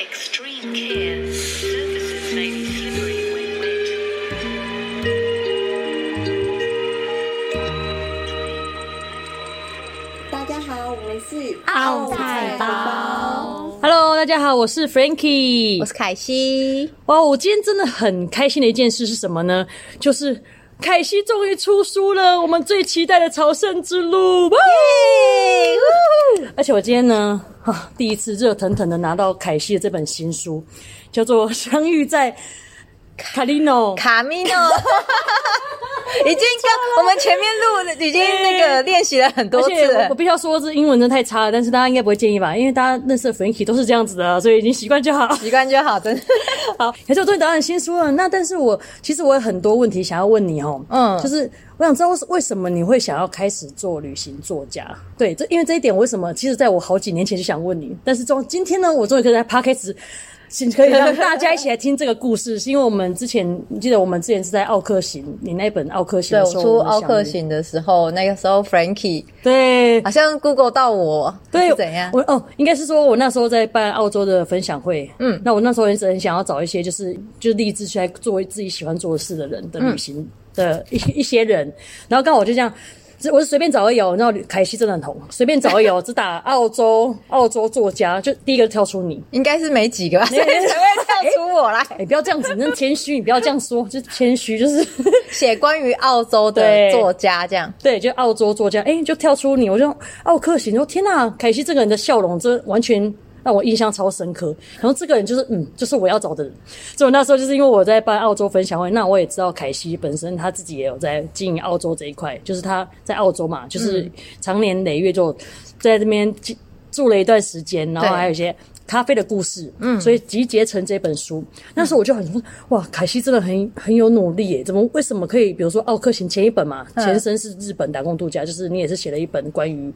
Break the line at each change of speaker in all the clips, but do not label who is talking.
extreme care, surfaces may be slippery when wet.
大家好，我们是
奥菜
包。
Hello，大家好，我是 Frankie，
我是凯西，
哇，我今天真的很开心的一件事是什么呢？就是凯西终于出书了，我们最期待的朝圣之路。哇而且我今天呢，啊，第一次热腾腾的拿到凯西的这本新书，叫做《相遇在卡利诺》。
卡米诺已 经跟我们前面录的已经那个练习了很多
哎而且
次
我
了
我，必须要说，这英文真的太差了，但是大家应该不会介意吧？因为大家认识的 Frankie 都是这样子的，所以已经习惯就好。
习惯就好，真的。
好，可是我终于答案新书了。那但是我其实我有很多问题想要问你哦，
嗯
嗯，就是我想知道为为什么你会想要开始做旅行作家？对，这因为这一点，为什么其实在我好几年前就想问你，但是终今天呢，我终于可以在 p o d c a s 可以让大家一起来听这个故事，是因为我们之前你记得我们之前是在奥克行，你那本奥克行的
对我
时候，
出
们
奥
相
克
遇，
行的时候，那个时候 Frankie
对，
好像 Google 到我，还
对，
是怎样？
我哦，应该是说我那时候在办澳洲的分享会，嗯，那我那时候一直很想要找一些就是就是立志去来做自己喜欢做的事的人的旅行的一、一些人，然后刚好我就这样。这我是随便找一有，然后凯西真的很红，随便找一 有，只打澳洲澳洲作家，就第一个跳出你。
应该是没几 个吧，所以才会跳出我来
哎、不要这样子，你那谦虚，你不要这样说，就谦虚，就是
写关于澳洲的
对
作家这样。
对，就澳洲作家，哎、就跳出你，我就奥克行，说哦天呐、凯西这个人的笑容，真的完全让我印象超深刻。然后这个人就是，嗯，就是我要找的人。所以我那时候就是因为我在办澳洲分享会，那我也知道凯西本身他自己也有在经营澳洲这一块，就是他在澳洲嘛，就是长年累月就在这边住住了一段时间，然后
对
还有一些。咖啡的故事，嗯，所以集结成这本书。那时候我就很说，哇，凯西真的很很有努力耶，怎么为什么可以？比如说《奥克行》前一本嘛，
嗯
前身是日本打工度假，就是你也是写了一本关于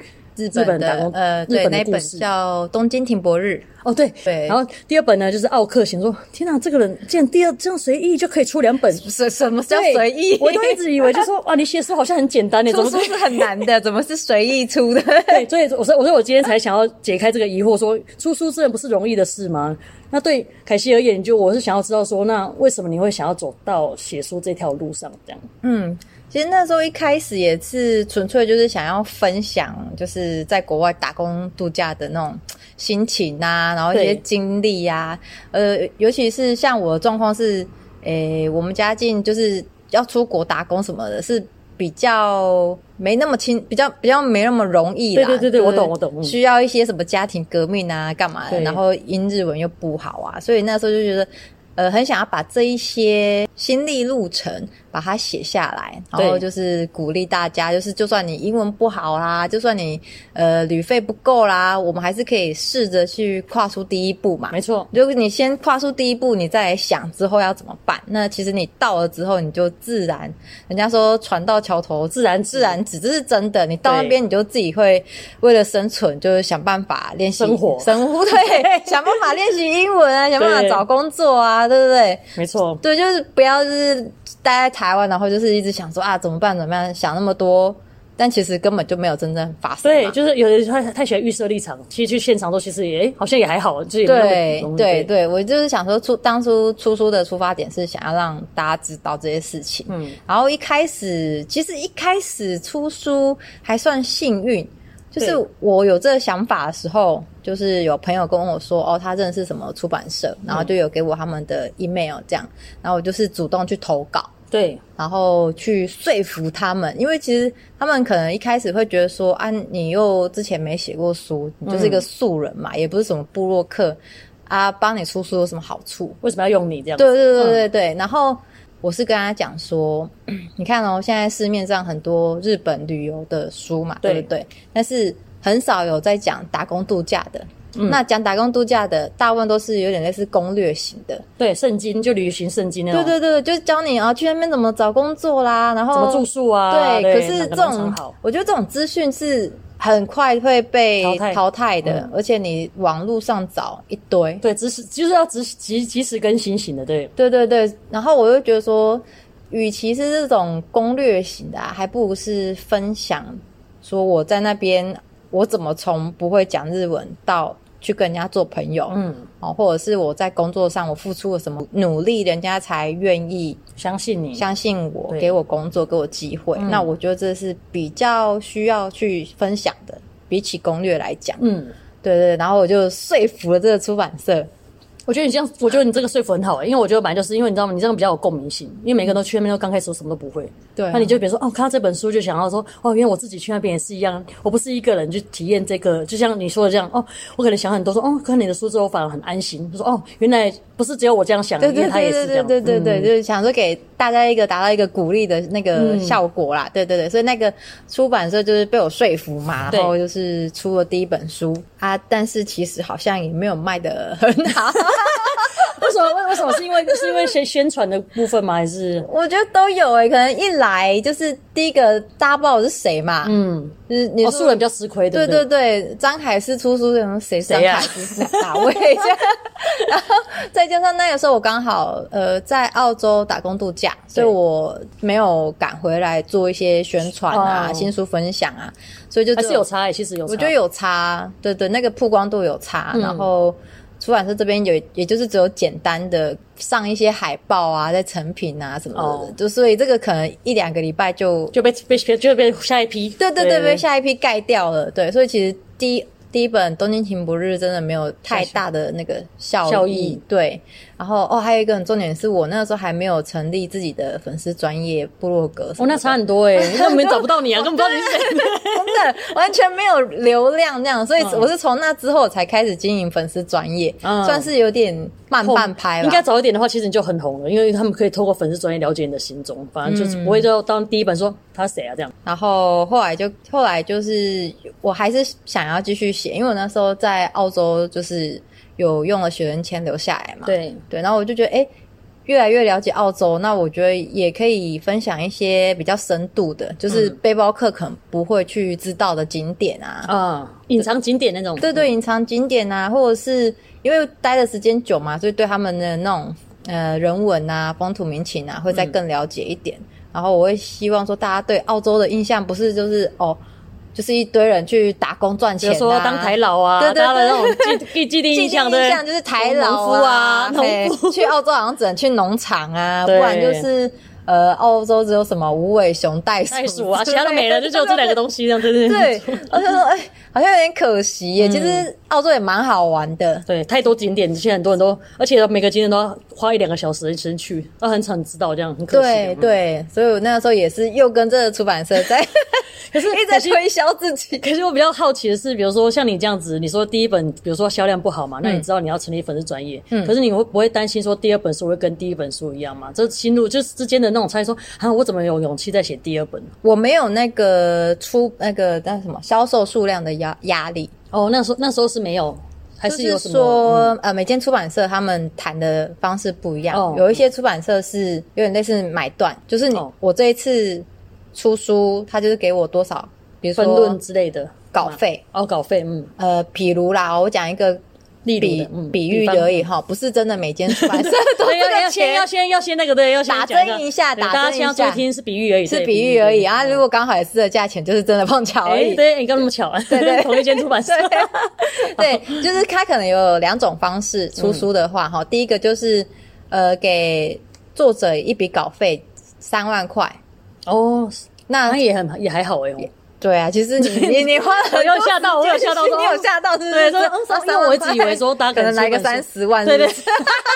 哎
日
日本
本
打
的
工
呃，
日
对，
本
那
的故
本
事
叫《东京停泊日》，
哦，对
对
然后第二本呢就是《奥克行》，说天哪，这个人竟然第二这样随意就可以出两本，
什什么叫
对
随意？
我都一直以为就说哇，你写书好像很简单呢，怎 么
出书
可以
是很难 的，怎么是随意出的？
对，所以我说，我说我今天才想要解开这个疑惑说，出书真的不是容易的事吗？那对凯西而言，就我是想要知道说，那为什么你会想要走到写书这条路上？这样，
其实那时候一开始也是纯粹就是想要分享，就是在国外打工度假的那种心情啊，然后一些
对
经历呀、呃，尤其是像我的状况是，诶、我们家境就是要出国打工什么的，是比较没那么轻，比较比较没那么容易啦。
对对对对
就是
我懂我懂嗯
需要一些什么家庭革命啊，干嘛的？
对
然后英日文又不好啊，所以那时候就觉得，呃，很想要把这一些心历路程把它写下来，然后
对
就是鼓励大家，就是就算你英文不好啦，就算你呃旅费不够啦，我们还是可以试着去跨出第一步嘛。
没错，
如果你先跨出第一步，你再来想之后要怎么办。那其实你到了之后，你就自然，人家说船到桥头自然自然直，这是真的。你到那边，你就自己会为了生存，就是想办法练习
生活
生活对，想办法练习英文啊，想办法
对
找工作啊，对不对？
没错，
对，就是不要就是待在台湾，然后就是一直想说啊怎么办怎么样，想那么多，但其实根本就没有真正发生嘛。
对，就是有的人他太喜欢预设立场，其实去现场做，其实也、诶好像也还好，就是也没有
对
那么
对对，我就是想说出当初出书的出发点是想要让大家知道这些事情。嗯
嗯，
然后一开始其实一开始出书还算幸运，就是
对
我有这个想法的时候，就是有朋友跟我说哦，他认识什么出版社，然后
嗯
就有给我他们的 email 这样，然后我就是主动去投稿。
对
然后去说服他们，因为其实他们可能一开始会觉得说，啊，你又之前没写过书，你就是一个素人
嗯
嘛，也不是什么部落客啊，帮你出书有什么好处？
为什么要用你这样？
对对对对对。然后我是跟他讲说，你看哦，现在市面上很多日本旅游的书嘛，对
对
不对？但是很少有在讲打工度假的。
嗯
那讲打工度假的，大部分都是有点类似攻略型的，
对，圣经就旅行圣经那种，
对对对，就是教你啊去那边怎么找工作啦，然后
怎么住宿啊？
对，可是
哪
这
个农场
种
好，
我觉得这种资讯是很快会被
淘汰
淘汰的，
嗯
而且你网络上找一堆，
对，只是就是要及及及时更新型的，对，
对对对，然后我就觉得说，与其是这种攻略型的、啊，还不如是分享，说我在那边我怎么从不会讲日文到。去跟人家做朋友，嗯，哦，或者是我在工作上我付出了什么努力，人家才愿意
相信你，
相信我，
对嗯
给我工作，给我机会。那我觉得这是比较需要去分享的，比起攻略来讲，
嗯，
对对对。然后我就说服了这个出版社，
我觉得你这样，我觉得你这个说服很好、欸，因为我觉得本来就是因为你知道吗？你这样比较有共鸣性，因为每个人都去那边都刚开始都什么都不会，
对啊
那你就比如说哦，看到这本书就想要说哦，原来我自己去那边也是一样，我不是一个人去体验这个，就像你说的这样哦，我可能想很多说哦，看你的书之后反而很安心，就说哦，原来不是只有我这样想，
对对
因为他也
对
是
对
这样，嗯
对对对对，就是想说给大家一个达到一个鼓励的那个效果啦，对对对，所以那个出版社就是被我说服嘛，
对
然后就是出了第一本书啊，但是其实好像也没有卖的很 好，
为什么为为什么是因为是因为宣宣传的部分吗？还是
我觉得都有诶、可能一来就是第一个大家不知道我是谁嘛，
嗯，
就是你
哦，
说
素人比较吃亏，对
对
不对
对？对，张凯是出书的人，谁是张
谁呀
凯是哪位？ 然后再加上那个时候我刚好呃在澳洲打工度假，所以我没有赶回来做一些宣传啊、
哦
新书分享啊，所以就
还
只
是有差、欸，其实有差，嗯
我觉得有差，对对，那个曝光度有差，然后出版社这边有，也就是只有简单的上一些海报啊，在成品啊什么的，
哦
就所以这个可能一两个礼拜就，
就被被就被下一批，
对对对，被下一批盖掉了，对，所以其实第一。第一本《东京停泊日》真的没有太大的那个效益，
效益
对。然后哦，还有一个很重点是我那个时候还没有成立自己的粉丝专业部落格什
哦，
么的，
那差很多 哎、欸，那我们找不到你 啊，根本不知道你是谁。
真的完全没有流量这样，所以我是从那之后才开始经营粉丝专业，
嗯
算是有点慢半拍吧。
应该早一点的话，其实你就很红了，因为他们可以透过粉丝专业了解你的行踪，反正就是不会就当第一本说他谁啊这样。
然后后来就后来就是我还是想要继续写，因为我那时候在澳洲就是有用了学生签留下来嘛，
对，
对，然后我就觉得哎。诶越来越了解澳洲，那我觉得也可以分享一些比较深度的，就是
嗯
背包客可能不会去知道的景点啊，
啊，隐藏景点那种。
对对，隐藏景点啊，或者是因为待的时间久嘛，所以对他们的那种呃人文啊、风土民情啊，会
嗯
再更了解一点。然后我会希望说，大家对澳洲的印象不是就是哦，就是一堆人去打工赚
比
钱、
如
啊，
说当台佬啊，
对对对
大家的那种既既既定印 象，
既定
对
印象就是台劳
农夫啊
嘿
农夫
去澳洲好像只能去农场啊，不
对
然就是呃，澳洲只有什么无尾熊、袋鼠、
袋鼠啊，其他都没了，就只有这两个东西这样，对对
对，我就说，哎、好像有点可惜耶。其
嗯
实澳洲也蛮好玩的，
对，太多景点，现在很多人都，而且每个景点都要花一两个小时时间去，那很常知道这样，很可惜啊。
对对，所以我那时候也是又跟这个出版社在， 可是一直在推销自己。
可是我比较好奇的是，比如说像你这样子，你说第一本，比如说销量不好嘛，
嗯
那你知道你要成立粉丝专业，可是你会不会担心说第二本书会跟第一本书一样嘛？这心路就是之间的那种差异，说啊，我怎么有勇气再写第二本？
我没有那个出那个那什么销售数量的压压力，
哦，那时候那时候是没有，还
就是
有
是
什么？嗯
说、呃，每间出版社他们谈的方式不一样，
哦
有一些出版社是有点类似买断，就是你、
哦
我这一次出书，他就是给我多少，比如
分论
说
之类的
稿费，
哦，稿费，嗯，
呃，比如啦，我讲一个
例如
比
的、嗯、
比喻
方
而已。哈，不是真的每间出版社 都
对，
这
要要先
个钱
要。先要先那个对，要先
打
讲
针一下
对
打
大家
针
先
一
要注意
下
听是比喻而已，
是
对
比喻而已。啊，如果刚好也是这个价钱，就是真的碰巧而
哎，
已。
对，你刚那么巧啊，
对对
同一间出版社，
对，就是他可能有两种方式出书的话，
嗯
哈、第一个就是呃给作者一笔稿费三万块，
哦，
那
那也很也还好哎、哦。
对啊，其 实你你你花了很多
我有吓到我
时间
有吓到
你有
说
吓到，是不
对
是？哦
说嗯
那
因为我一直以为说大家
可
可能
能来个
出版
三
社
十万是
对
不
对
是，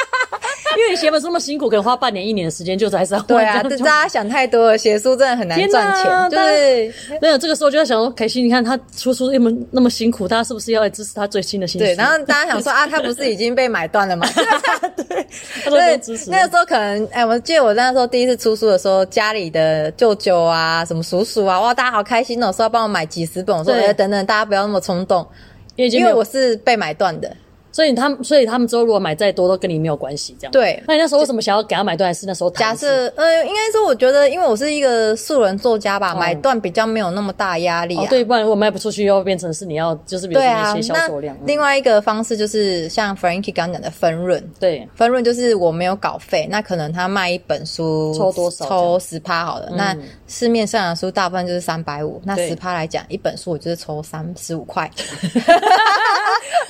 因为你写本书那么辛苦，可能花半年一年的时间，就是还是要
对啊，
这
这大家想太多了，写书真的很难
天
赚
哪
钱，
大家
对
没有这个时候就要想说，凯西，你看他出书那么那么辛苦，大家是不是要来支持他最新的新书？
对。然后大家 想说啊，他不是已经被买断了吗？
他都没有
对
支，持。
那个时候可能，哎、我记得我那时候第一次出书的时候，家里的舅舅啊，什么叔叔啊，哇，大家好开心哦，说要帮我买几十本。我说，
对
哎、等等，大家不要那么冲动，
因为已经
因
没
为
有
我，是被买断的。
所以他们所以他们之后如果买再多都跟你没有关系，这样。
对
那你那时候为什么想要给他买断？还是那时候
假
谈是
设，呃，应该说，我觉得，因为我是一个素人作家吧，买断比较没有那么大压力啊。
哦，对，不然如果卖不出去，又变成是你要就是比如
对
说
啊
那些，销
那
售量。嗯
另外一个方式就是像 Frankie 刚刚讲的分润，
对，
分润就是我没有稿费，那可能他卖一本书
抽多少嗯
抽十趴好了。那市面上的书大部分就是三百五，那
对
十趴来讲，一本书我就是抽三十五块。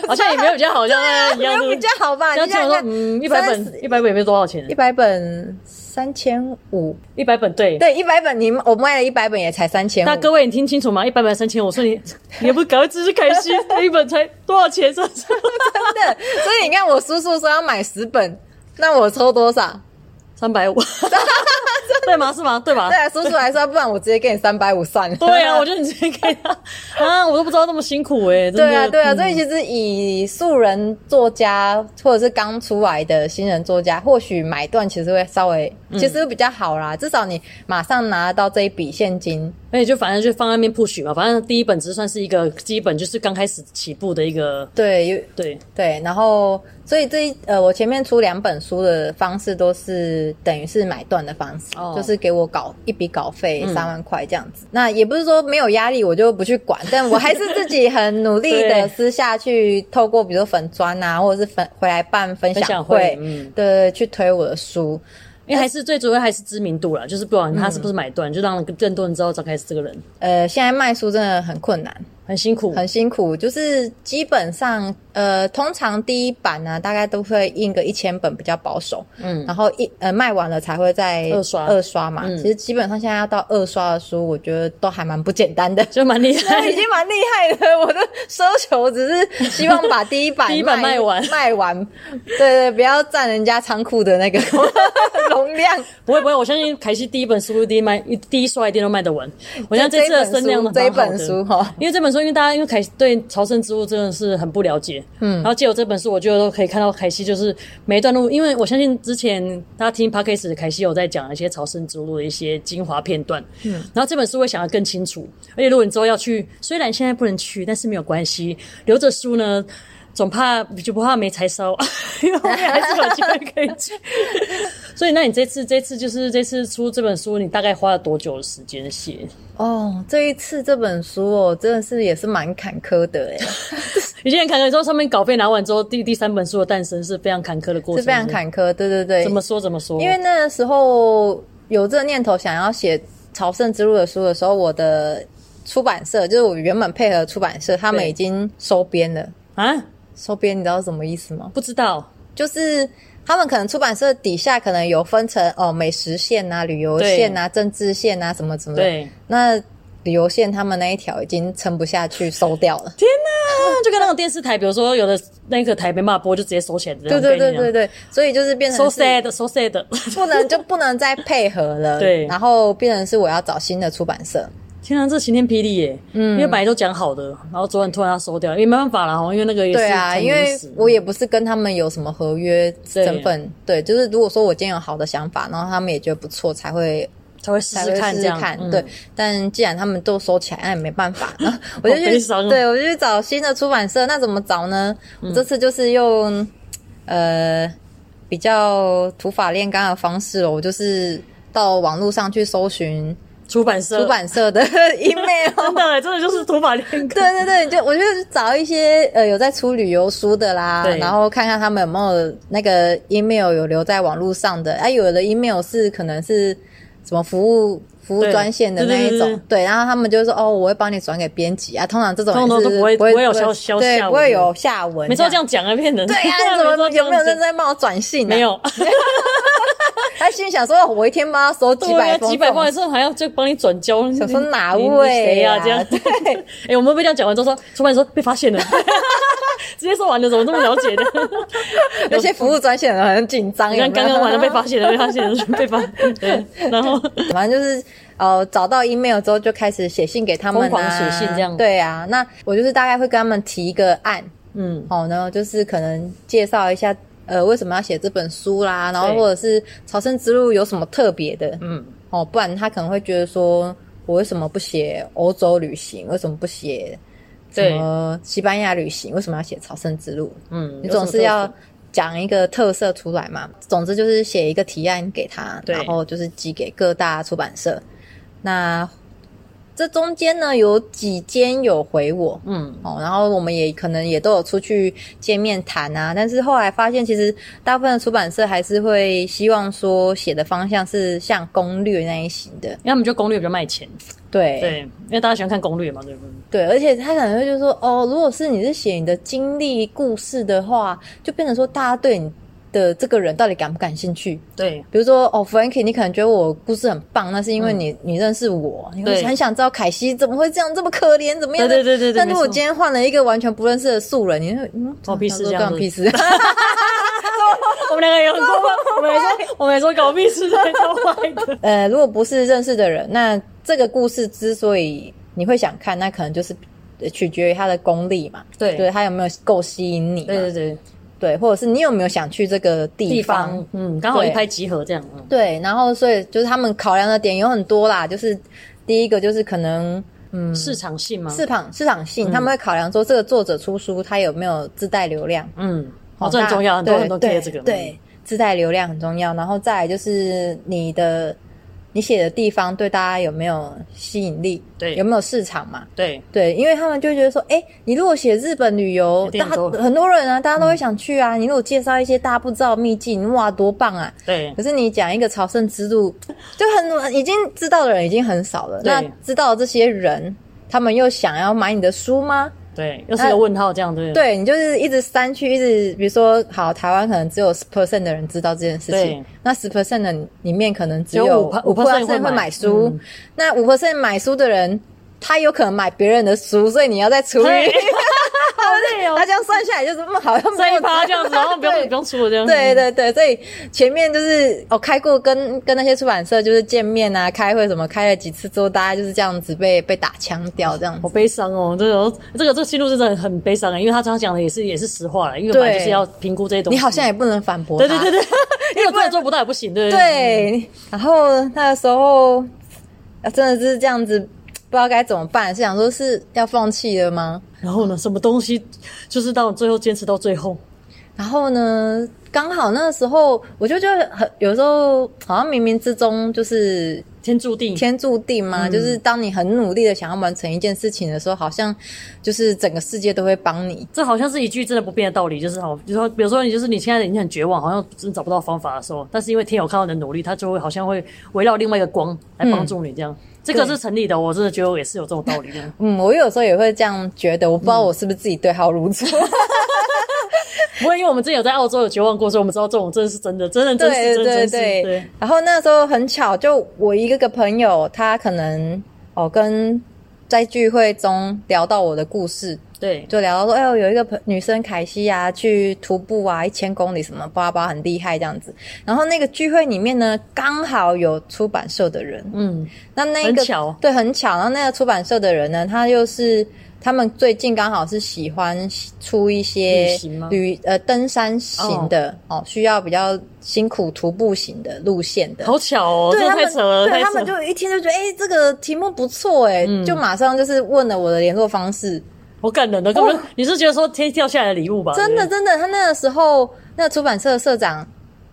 好像也没有比较好， 像那一
啊没
样
有
的。
比较好吧？
像
你
这
想
样
想
说，
看
嗯，一百本，一百本也没多少钱
一，百本三千五，
一百本对。
对，一百本你我卖了一百本也才三千
那
五。
各位，你听清楚吗？一百本三千，我说 你，你也不赶快支持凯西，那一本才多少钱？上次
真的， 所以你看，我叔叔说要买十本，那我抽多
啊
少？
三百五，对吗？是吗？对吧
对？啊，叔叔还说，不然我直接给你三百五算了。
对啊，我就直接给他啊，我都不知道那么辛苦哎、真的
对啊，对啊，
嗯
所以其实以素人作家或者是刚出来的新人作家，或许买断其实会稍微，
嗯
其实会比较好啦，至少你马上拿到这一笔现金。
那也就反正就放在那边 push 嘛，反正第一本只是算是一个基本，就是刚开始起步的一个
对，有
对，
对，然后所以这一呃，我前面出两本书的方式都是等于是买断的方式，
哦嗯
就是给我稿一笔稿费三万块这样子。那也不是说没有压力我就不去 管，但我还是自己很努力
对
的私下去透过比如说粉砖啊，或者是粉回来办分
分享
享
会
会，
嗯
对对，对去推我的书。
因为
哎
还是最主要还是知名度啦，就是不管他是不是买断，就让更多人知道张开始这个人
呃，现在卖书真的很困难，
很辛苦，
很辛苦，就是基本上，呃，通常第一版呢、大概都会印个一千本比较保守，
嗯
嗯，然后一呃卖完了才会再
二刷
二刷嘛。
嗯。
其实基本上现在要到二刷的书，我觉得都还蛮不简单 的
就蛮厉害
已。经蛮厉害的，我的奢求只是希望把 第一版
第一版卖完
卖完，对对，不要占人家仓库的那 个容量。
不会不会，我相信凯西第一本书第一卖第一刷一定都卖得完。我相信这
这
次的声量
这一
蛮好
本
的
书哈，
因为这本书，因为大家因为凯对朝圣之路真的是很不了解，嗯，然后借由这本书，我觉得都可以看到凯西就是每一段路，因为我相信之前大家听 podcast 凯西有在讲一些朝圣之路的一些精华片段，嗯，然后这本书会想得更清楚，而且如果你之后要去，虽然现在不能去，但是没有关系，留着书呢。总怕就不怕没柴烧， 因为后面还是有机会可以去。所以，那你这次这次就是这次出这本书，你大概花了多久的时间写？
哦，这一次这本书哦，真的是也是蛮坎坷的哎。
有些人坎坷之后，上面稿费拿完之后，第第三本书的诞生是非常坎坷的过程，
是非常
坷。
坎坷，对对对。
怎么说怎么说？
因为那时候有这个念头想要写《朝圣之路》的书的时候，我的出版社就是我原本配合的出版社，他们
对
已经收编了。
啊，
收编你知道是什么意思吗？
不知道，
就是他们可能出版社底下可能有分成哦美食线呐、旅游线呐、政治线呐、什么什么的。
对，
那旅游线他们那一条已经撑不下去，收掉了。
那就跟那种电视台，比如说有的那个台没办法播，就直接收起来的那
对
种概
对对
念啊。
对对，所以就是变成
So
是
sad，so sad。
不能就不能再配合了。
对
然后变成是我要找新的出版社。
天啊，这晴天霹雳耶！嗯，因为本来都讲好的，然后昨晚突然要收掉，也没办法啦，因为那个也是
对啊，
很临
因为
时
我也不是跟他们有什么合约成分，对，就是如果说我今天有好的想法，然后他们也觉得不错，才会
才会试
才
试
会
看
试
这
试
样。
看。
嗯
对，，但既然他们都收起来，那也没 办法，那我就
好悲
去
伤哦，嗯
对我就去找新的出版社。那怎么找呢？我这次就是用呃比较土法炼钢的方式哦，我就是到网络上去搜寻
出版社，
出版社的 email。
真的耶真的就是土法 炼钢。
对对啊对，就我就找一些呃有在出旅游书的啦
对，
然后看看他们有没有那个 email 有留在网络上的，哎、有的 email 是可能是什么服务服务
对
专线的那一
对对
种，
对
对，然后他们就说哦，我会帮你转给编辑啊，通常这种
通常
也
都
是
不会
不会
不会有消消
对
下文
不会有下文，
每次都这。样讲啊，骗人。
对呀、
啊，
你怎么
每次都这样
有没有
讲
人在帮我转信、啊？
没。有。
他心里想说，哦我一天帮他收 几
对
百
啊，
封，
几百万 的时候还要就帮你转交，
想说哪
你你
位
谁呀、
啊
这样？
对
哎、我们被这样讲完之后说，出版社被发现了， 直接说完了，怎么这么了解的？
那些服务专线的人很紧张，
好
有没
像
有
刚刚完了被发现了，被发现了， 被发对，然 后
反正就是呃找到 email 之后就开始写信给他们、啊，
疯狂写信这样
对啊，那我就是大概会跟他们提一个案，
嗯，
好、然后就是可能介绍一下呃为什么要写这本书啦，然后
对
或者是朝圣之路有什么特别的，
嗯
嗯，哦，不然他可能会觉得说我为什么不写欧洲旅行，为什么不写什
对
么西班牙旅行，为什么要写朝圣之路？
嗯
你总是要讲一个特色出来嘛。总之就是写一个提案给他，
对
然后就是寄给各大出版社。那这中间呢有几间有回我，
嗯，
哦，然后我们也可能也都有出去见面谈啊，但是后来发现，其实大部分的出版社还是会希望说写的方向是像攻略那一型的，
因为他们就攻略比较卖钱，
对
对，因为大家喜欢看攻略嘛，对不对？
对而且他可能会就说，哦，如果是你是写你的经历故事的话，就变成说大家对你的这个人到底感不感兴趣？
对，
比如说哦，Frankie，你可能觉得我故事很棒，那是因为你、你认识我，你会
嗯对
很想知道凯西怎么会这样这么可怜，怎么样的？
对对对对对
但如果
没错
今天换了一个完全不认识的素人，你会嗯，
搞屁事
想说
这样子
干屁事。
我们两个也很过分，我们还说我们还说搞屁事 在招坏的，
呃，如果不是认识的人，那这个故事之所以你会想看，那可能就是呃取决于他的功力嘛，
对
就是他有没有够吸引你嘛，
对对对，
对或者是你有没有想去这个
地
地方
方，嗯，刚好一
对
拍即合这样，嗯，
对，然后所以就是他们考量的点有很多啦，就是第一个就是可能。嗯，
市场嗯性吗？
市，场市场性，他们会考量说这个作者出书他有没有自带流量，
嗯，哦，这很重要，很
对
多人都贴
对
这个，嗯
对，自带流量很重要。然后再来就是你的你写的地方对大家有没有吸引力，
对
有没有市场嘛？
对
对，因为他们就会觉得说，哎，你如果写日本旅游，
一定嗯
大
很多
很多人啊，大家都会想去啊。你如果介绍一些大家不知道的秘境，哇，多棒啊！
对
可是你讲一个朝圣之路，就很已经知道的人已经很少了。
对
那知道这些人，他们又想要买你的书吗？
对，又是个问号这样，对不对？
对你就是一直删去，一直比如说，好，台湾可能只有十 percent 的人知道这件事
对
情，那十 percent 的里面可能只
只有
有
5%
5%
会买
会买书，
嗯
那五 percent 买书的人，他有可能买别人的书，所以你要再除以，
对
好累 哦。他这样算下来就是嗯，好像没
三
有
一趴这样 子，然哦后不用
对
不用出了这样，
对对对，所以前面就是哦，开过跟跟那些出版社就是见面啊，开会什么，开了几次之后，大家就是这样子被被打枪掉这样
好
子。
悲伤哦，这个这个这个心路真的很悲伤啊，因为他刚刚讲的也是也是实话了，因为本来
对
就是要评估这些东西。
你好像也不能反驳
对
他，
对对 对，因为我真的做不到也不行，对不对？
对。然后那时候啊真的是这样子，不知道该怎么办，是想说是要放弃了吗？
然后呢，什么东西就是到最后坚持到最后，
然后呢，刚好那时候我就觉得很有时候好像冥冥之中就是
天注定。
天注定吗？就是当你很努力的想要完成一件事情的时候，好像就是整个世界都会帮你。
这好像是一句真的不变的道理，就是好，比如说，比如说你就是你现在已经很绝望，好像真找不到方法的时候，但是因为天有看到你的努力，他就会好像会围绕另外一个光来帮助你，这样、这个是成立的。我真的觉得我也是有这种道理的。
嗯，我有时候也会这样觉得，我不知道我是不是自己对号入座。
不过因为我们之前有在澳洲有绝望过，所以我们知道这种真的是真的，真的真
对
是真
对
真是
对
对。
然后那时候很巧，就我一个个朋友，他可能哦跟在聚会中聊到我的故事，
对
就聊到说，哎呦，有一个朋女生凯西啊，去徒步啊，一千公里什么，巴拉巴拉，很厉害这样子。然后那个聚会里面呢，刚好有出版社的人，
嗯，
那那一
很
个
巧
对很巧，然后那个出版社的人呢，他又是他们最近刚好是喜欢出一
旅
些
行吗
旅呃登山型的哦需要比较辛苦徒步型的路线的。
好巧哦，
对
这
他
太
们，
扯了，嗯
对
太
他
扯
们
了。
就一听就觉得，哎、这个题目不错，哎、就马上就是问了我的联络方式。
好感人的，根本就你是觉得说天掉下来的礼物吧？
真的，
哦对
真的，他那个时候，那个出版社的社长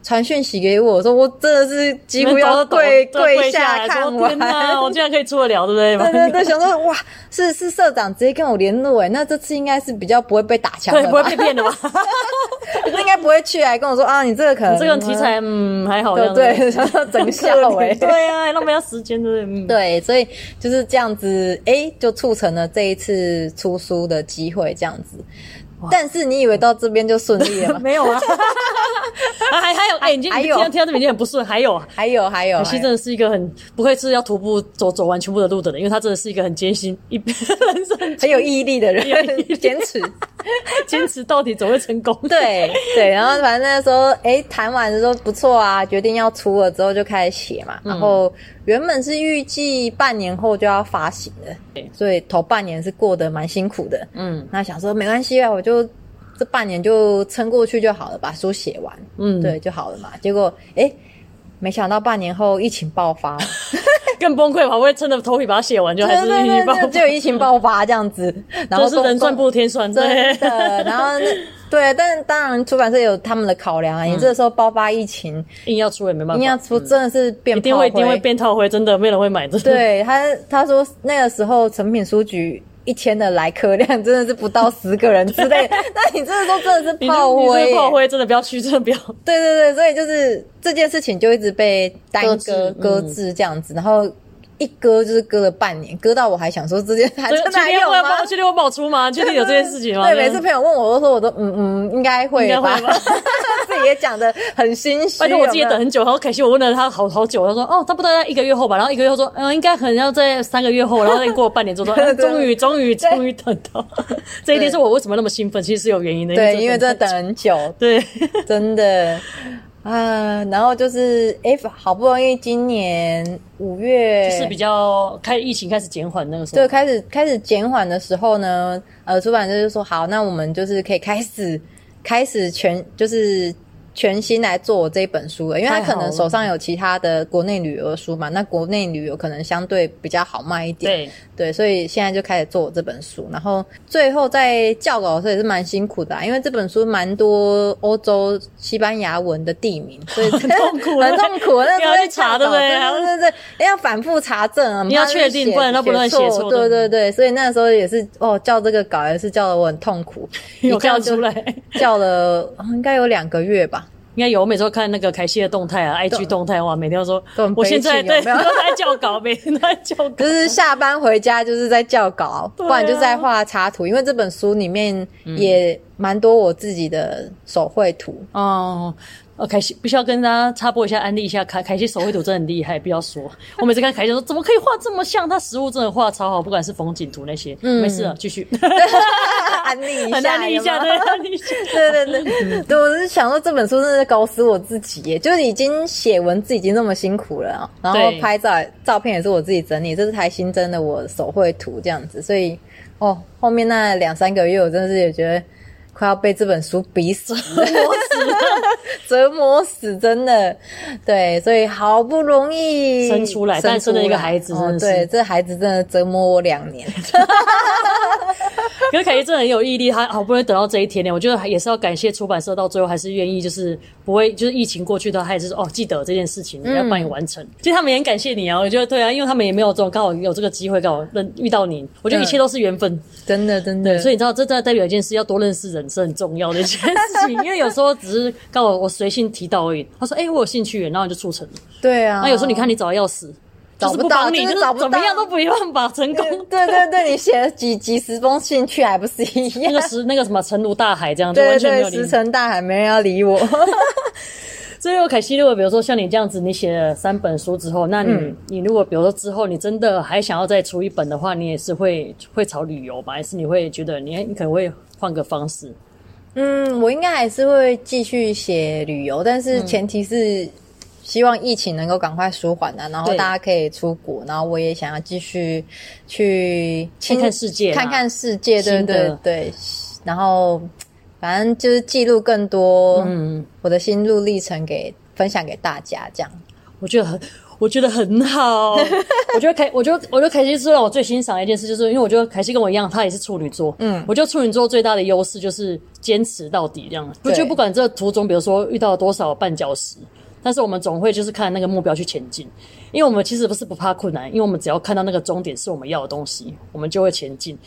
传讯息给我说，我真的是几乎要跪
真的
跪
下
下
来
看
说天
完。
哪，我竟然可以出得了，对不
对
对？
对对，想说哇，是是社长直接跟我联络哎，那这次应该是比较不会被打枪
对，
的
不会
吧
被？骗的吧？
应该不会去来跟我说啊，你这个可能
这个题材嗯还好，这
对
样子
哦对，然后整笑哎，
对啊，还浪费他时间，对不对？嗯，
对，所以就是这样子，哎，就促成了这一次出书的机会，这样子。但是你以为到这边就顺利了 吗？
没有啊，啊还还有哎，你今
还
天
有
听到听到这边已经很不顺，还有 啊。
还有还有，哎
凯西真的是一个很不会是要徒步走走完全部的路的人，因为他真的是一个很艰辛、一 人生
很有毅力的人
很 有毅，力
坚持。
坚持到底总会成功。
对对，然后反正那时候，哎，谈完的时候不错啊，决定要出了之后就开始写
嗯
嘛。然后原本是预计半年后就要发行的
对，
所以头半年是过得蛮辛苦的。
嗯
那想说没关系啊，我就这半年就撑过去就好了，把书写完，
嗯，
对，就好了嘛。结果哎，没想到半年后疫情爆发，
更崩溃吧，我会撑着头皮把它写完， 就还 是运气爆
就有疫情爆发这样子，然后
这是人
公
算不如天算，
真
对，
的。然后那对，但当然出版社有他们的考量啊。
嗯
你这时候爆发疫情，
硬要出也没办法，
你要出真的是
嗯
变
一定
炮
会
灰
一定会变套灰，真的没人会买，真的。
对他，他说那个时候成品书局一天的来客量真的是不到十个人之 类的。那你这个时候真的是
你
炮
就你
灰
这
耶，
个炮灰真的不要去，真的不要。
对对对，所以就是这件事情就一直被耽
搁
搁
置
搁
嗯
置这样子，然后一搁就是搁了半年，搁到我还想说这件还
所以
真的
确
还
定
有
会
吗
爆，？确定会爆出吗？确定有这件事情吗？
对，每次朋友问我，我都说我都嗯嗯，应该会
应该
吧
会吧，
自己也讲的很心虚。
拜托，我自己
有没有
等很久，然后凯西我问了他好好久，他说哦，差不多在一个月后吧，然后一个月后说，嗯，应该可能要在三个月后，然后再过了半年之 后说，嗯终于，终于，终于等到这一天，是我为什么那么兴奋，其实是有原因的，
对，因为
为
真的
这
等很久，
对，
真的啊。然后就是哎，好不容易今年五月
就是比较开疫情开始减缓那个时候，
就开始开始减缓的时候呢，呃，出版社就说好，那我们就是可以开始 开始全就是全心来做我这一本书了，因为他
太好
可能
了
手上有其他的国内旅游的书嘛，那国内旅游可能相对比较好卖一点，
对，
对，所以现在就开始做我这本书，然后最后在校稿的时候也是蛮辛苦的、啊，因为这本书蛮多欧洲西班牙文的地名，所以很
痛苦
很痛苦。那时候
要
在
去查
校稿
对不对
对对对对，要反复查证啊，
你要
怕
确定
写
不然他不乱写错
对
的
对对，所以那时候也是哦，叫这个稿也是叫的我很痛苦，一
有看
叫
得
就
出来，
叫了哦应该有两个月吧，
应该有。我每周看那个凯西的动态啊，IG 动态哇，每天都说
都很悲
我现在
情有
对
没有
都在校稿，每天都在校稿
就，是下班回家就是在校稿，
对
不
啊
然就是在画插图，因为这本书里面也蛮多我自己的手绘 图。
哦，呃，凯西必须要跟大家插播一下，安利一下凯凯西手绘图真的很厉害，不要说。我每次看凯西说，怎么可以画这么像？他实物真的画超好，不管是风景图那些。嗯，没事了，继续。
安利一
很
下，
安利一下，
有没
对，
有
安利一下。
对对对，对我是想说这本书真的是搞死我自己耶，就是已经写文字已经那么辛苦了啊，然后
对
拍照照片也是我自己整理，这是台新增的我手绘图这样子，所以哦，后面那两三个月我真的是也觉得快要被这本书逼死了， 折磨死，真的，对，所以好不容易
生出来诞生了一个孩子
哦
真的是
对，这孩子真的折磨我两年，
可是凯西真的很有毅力，他好不容易等到这一天呢，我觉得也是要感谢出版社，到最后还是愿意就是不会就是疫情过去的话，他也是说哦记得这件事情要帮你完成。其实他们也很感谢你啊，我觉得对啊，因为他们也没有这种刚好有这个机会刚好认遇到你，我觉得一切都是缘分。
真的真的，
对，所以你知道，这真的代表一件事，要多认识人是很重要的一件事情。因为有时候只是刚好我随性提到而已。他说：“哎、我有兴趣耶，然后你就促成了。
对啊，
那有时候你看，你找的要死，
找
就是
不
不
到
帮你，
就是
就是
找不
怎么
到
样都不用把成功。
对对对，你写了几几十封信去，还不是一
那
样？
个石，那个什么沉如大海这样，就
对
啊完全没有理
对，石
你。
沉大海，没人要理我。
所以，我凯西，如果比如说像你这样子，你写了三本书之后，那你、
嗯
你如果比如说之后你真的还想要再出一本的话，你也是会会朝旅游吧？还是你会觉得你哎你可能会换个方式？
嗯，我应该还是会继续写旅游，但是前提是希望疫情能够赶快舒缓啊，然后
对
大家可以出国，然后我也想要继续去亲
看看世界啦
看看世界，对
新的
对对，然后反正就是记录更多
嗯。
我的心路历程给分享给大家，这样。
我觉得很，我觉得很好。我觉得凯，我觉得我觉得凯西是让我最欣赏的一件事，就是因为我觉得凯西跟我一样，她也是处女座。嗯，我觉得处女座最大的优势就是坚持到底，这样。我
对
觉得不管这途中，比如说遇到了多少绊脚石。但是我们总会就是看那个目标去前进，因为我们其实不是不怕困难，因为我们只要看到那个终点是我们要的东西，我们就会前进。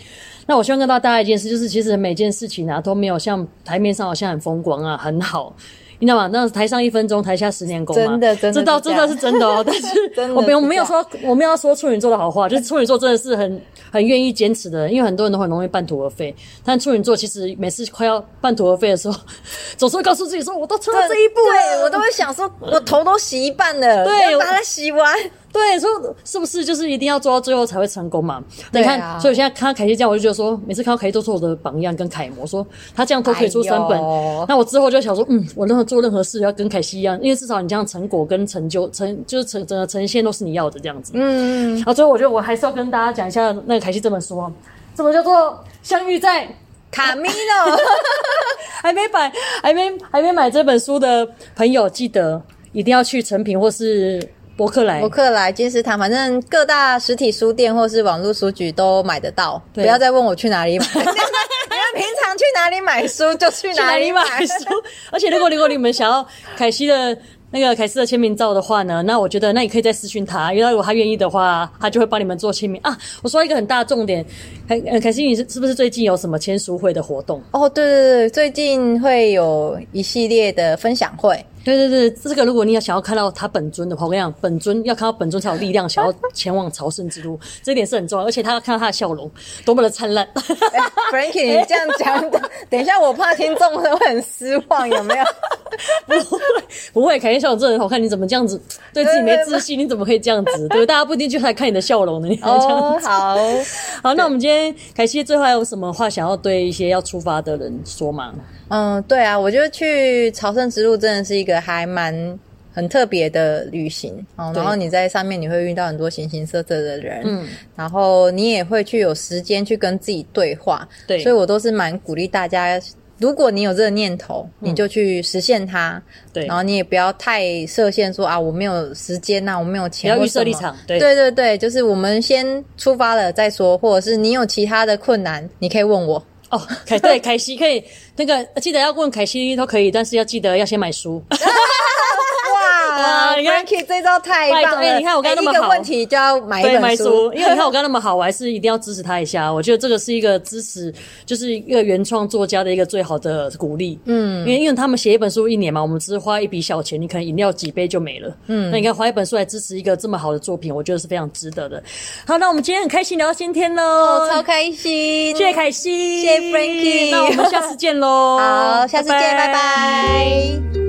那我希望跟大家一件事，就是其实每件事情啊都没有像台面上好像很风光啊很好，你知道吗？那台上一分钟，台下十年功嘛，
真的真的
这倒
是这
真
样
的是真的哦。但是
真的
我没有
是
没有
这样
说我们要说处女座的好话，就是处女座真的是很很愿意坚持的人，因为很多人都很容易半途而废，但处女座其实每次快要半途而废的时候， 总是会告诉自己说我都撑到这一步
对
了，嗯
我都会想说，我头都洗一半了，
对
要把
我
它洗完。
对，所以是不是就是一定要做到最后才会成功嘛？
对
你
啊
看，所以我现在看到凯西这样，我就觉得说，每次看到凯西都是我的榜样跟楷模，说他这样都可以出三本
哎呦，
那我之后就想说，嗯，我任何做任何事要跟凯西一样，因为至少你这样成果跟成就成就是成整个呈现都是你要的这样子。嗯，然后最后我觉得我还是要跟大家讲一下那个凯西这本书啊，这本叫做《相遇在》。
卡米诺，
还没买、还没、还没买这本书的朋友，记得一定要去成品或是博客来
博客来、金石堂，反正各大实体书店或是网络书局都买得到。不
对
要再问我去哪里买，不要平常去哪里买书就 去
去
哪
哪
里
里
买
买。书？而且如果如果你们想要凯西的那个凯西的签名照的话呢，那我觉得那你可以再私讯他，因为如果他愿意的话，他就会帮你们做签名啊。我说一个很大的重点，凯呃凯西，你是是不是最近有什么签书会的活动？
哦，对对对，最近会有一系列的分享 会，
对对对，这个如果你要想要看到他本尊的话，我跟你讲，本尊要看到本尊才有力量，想要前往朝圣之路， 这一点是很重要。而且他要看到他的笑容多么的灿 烂。
哎 Frankie，你这样讲，等等一下，我怕听众会很失望，有没有？
不会，不会，凯西笑容真的很好看。你怎么这样子对自己没自 信？你怎么可以这样子？对，大家不一定就来看你的笑容的，你还这样
哦，
子。
好，
好，那我们今天凯西最后还有什么话想要对一些要出发的人说吗？
嗯，对啊，我觉得去朝圣之路真的是一个还蛮很特别的旅行哦。
对
然后你在上面你会遇到很多形形色色的人，
嗯，
然后你也会去有时间去跟自己对话，
对
所以我都是蛮鼓励大家。如果你有这个念头，你就去实现它。
嗯对
然后你也不要太设限说，啊，我没有时间啊呐、我没有钱，
不要
或
预设
什么
立场对
对对对，就是我们先出发了再说，或者是你有其他的困难，你可以问我。
哦，凯 对凯西可以那个记得要问凯西都可以，但是要记得要先买书。
哇
哇你看
Frankie 这招太
拜托
棒了！
哎你看我刚刚那么
哎一个
好
问题就要 买一
对，
本
买书， 因为你看我刚刚那么好，我还是一定要支持他一下。我觉得这个是一个支持，就是一个原创作家的一个最好的鼓励。嗯，因为因为他们写一本书一年嘛，我们只是花一笔小钱，你可能饮料几杯就没了。嗯，那你看花一本书来支持一个这么好的作品，我觉得是非常值得的。好，那我们今天很开心聊到今天喽
哦，，超开心！
谢谢凯西，
谢谢 Frankie
那我们下次见喽，
好，下次见，拜拜